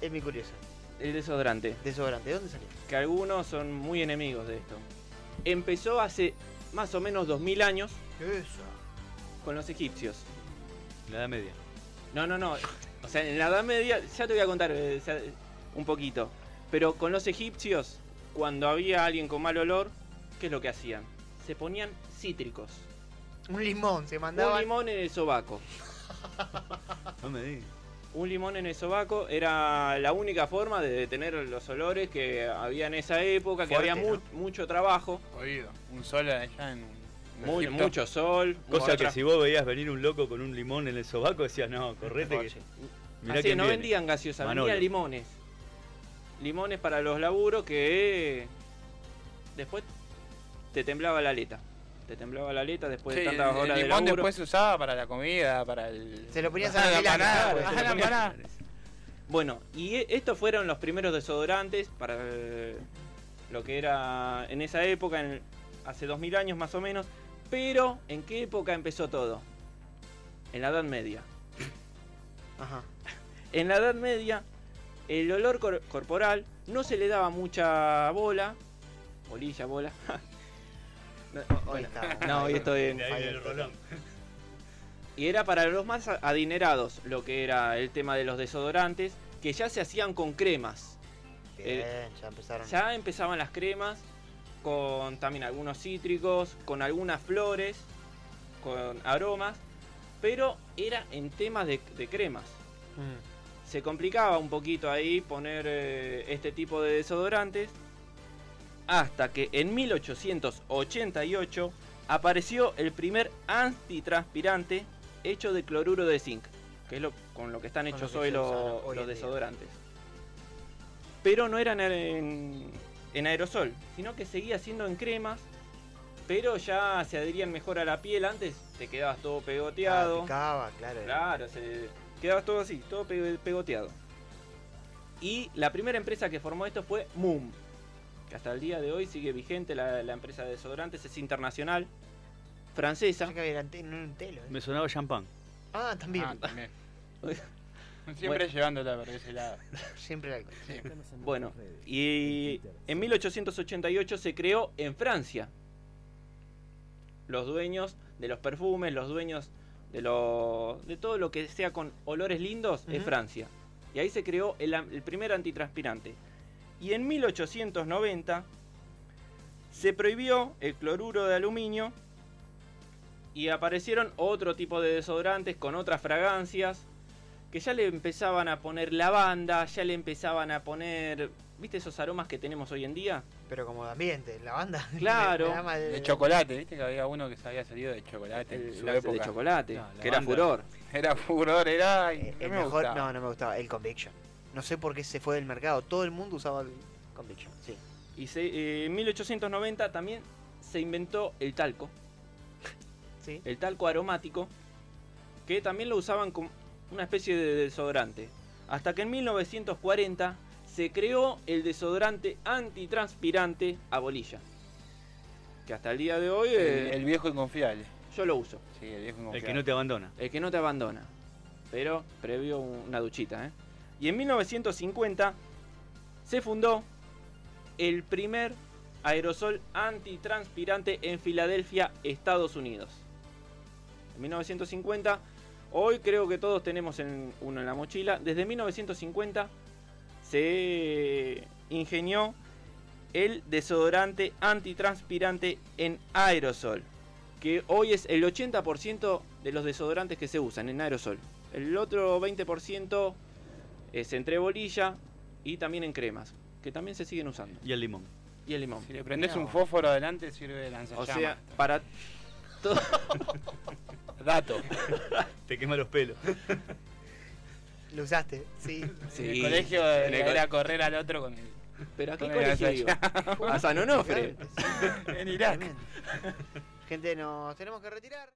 Es muy curioso. El desodorante. Desodorante, ¿de dónde salió? Que algunos son muy enemigos de esto. Empezó hace más o menos 2000 años Eso. con los egipcios. La Edad Media. No, no, no. O sea, en la Edad Media, ya te voy a contar eh, o sea, un poquito. Pero con los egipcios, cuando había alguien con mal olor, ¿qué es lo que hacían? Se ponían cítricos. Un limón, se mandaba. Un limón en el sobaco. No me digas. Un limón en el sobaco era la única forma de detener los olores que había en esa época, que Fuerte, había mu- mucho trabajo, Jodido. Un sol allá en un. en mu- Egipto. mucho sol. Cosa mucha- que si vos veías venir un loco con un limón en el sobaco, decías, no, correte que. Oye, Mirá Así, quién no viene. vendían gaseosa, Manolo. vendían limones. Limones para los laburos que después te temblaba la aleta. Te temblaba la aleta después Sí, de tantas el- el horas de limón laburo. después se usaba para la comida, para el. Se lo ponías para a la la milanga, empanada, güey. para la empanada. Bueno, y e- estos fueron los primeros desodorantes para eh, lo que era en esa época, en, hace 2000 años más o menos. Pero, ¿en qué época empezó todo? En la Edad Media. Ajá. En la Edad Media, el olor cor- corporal no se le daba mucha bola. Bolilla, bola. No, Hoy bueno. está. No, hoy estoy en- De ahí viene el rolón. Y era para los más a- adinerados lo que era el tema de los desodorantes, que ya se hacían con cremas. Bien, ya empezaron. Ya empezaban las cremas con también algunos cítricos, con algunas flores, con aromas, pero era en temas de- de cremas. Mm. se complicaba un poquito ahí poner eh, este tipo de desodorantes hasta que en 1888 apareció el primer antitranspirante hecho de cloruro de zinc, que es lo, con lo que están Con lo hechos que hoy se lo- usan hoy en los día. desodorantes. Pero no eran en, en aerosol, sino que seguía siendo en cremas, pero ya se adherían mejor a la piel, antes te quedabas todo pegoteado. Ah, picaba, claro. era- Claro, se quedaba todo así, todo pe- pegoteado. Y la primera empresa que formó esto fue Moom, que hasta el día de hoy sigue vigente la, la empresa de desodorantes, es internacional, francesa. Pensé que era ante- no era un telo. eh. Me sonaba champán. Ah, también. Ah, también. Siempre llevándola por ese lado. Siempre algo. Sí. Bueno, y en 1888 se creó en Francia. Los dueños de los perfumes, los dueños de, lo, de todo lo que sea con olores lindos es Ujú. Francia. Y ahí se creó el, am- el primer antitranspirante. Y en 1890 se prohibió el cloruro de aluminio y aparecieron otro tipo de desodorantes con otras fragancias que ya le empezaban a poner lavanda, ya le empezaban a poner, ¿viste esos aromas que tenemos hoy en día? Pero como de ambiente, la banda. Claro. La dama de- De chocolate, viste que había uno que se había salido de chocolate en El su lápiz Eh, de época. chocolate, No, que era lavanda. furor. Era furor, era. y Eh, no el me mejor, gustaba. no, no me gustaba, el Conviction. No sé por qué se fue del mercado, todo el mundo usaba el Conviction, sí. Y se- eh, en 1890 también se inventó el talco, Sí. el talco aromático, que también lo usaban como una especie de desodorante. Hasta que en 1940 se creó el desodorante antitranspirante a bolilla. Que hasta el día de hoy El, eh, el viejo inconfiable. yo lo uso. Sí, el viejo El inconfiable. que no te abandona. El que no te abandona. Pero previo una duchita, ¿eh? Y en 1950 se fundó el primer aerosol antitranspirante en Filadelfia, Estados Unidos. En 1950, hoy creo que todos tenemos en- uno en la mochila. Desde 1950 se ingenió el desodorante antitranspirante en aerosol que hoy es el 80% de los desodorantes que se usan en aerosol. El otro 20% es entre bolilla y también en cremas, que también se siguen usando. Y el limón. Y el limón. Si le prendes No. un fósforo adelante, sirve de O lanzallamas. sea, para todo dato. Te quema los pelos. Lo usaste, sí. En el colegio en el le co- era correr al otro con el. Pero aquí con el colegio iba. lanzallamas. A San Onofre. Sí, En Irak. tremendo. Gente, nos tenemos que retirar.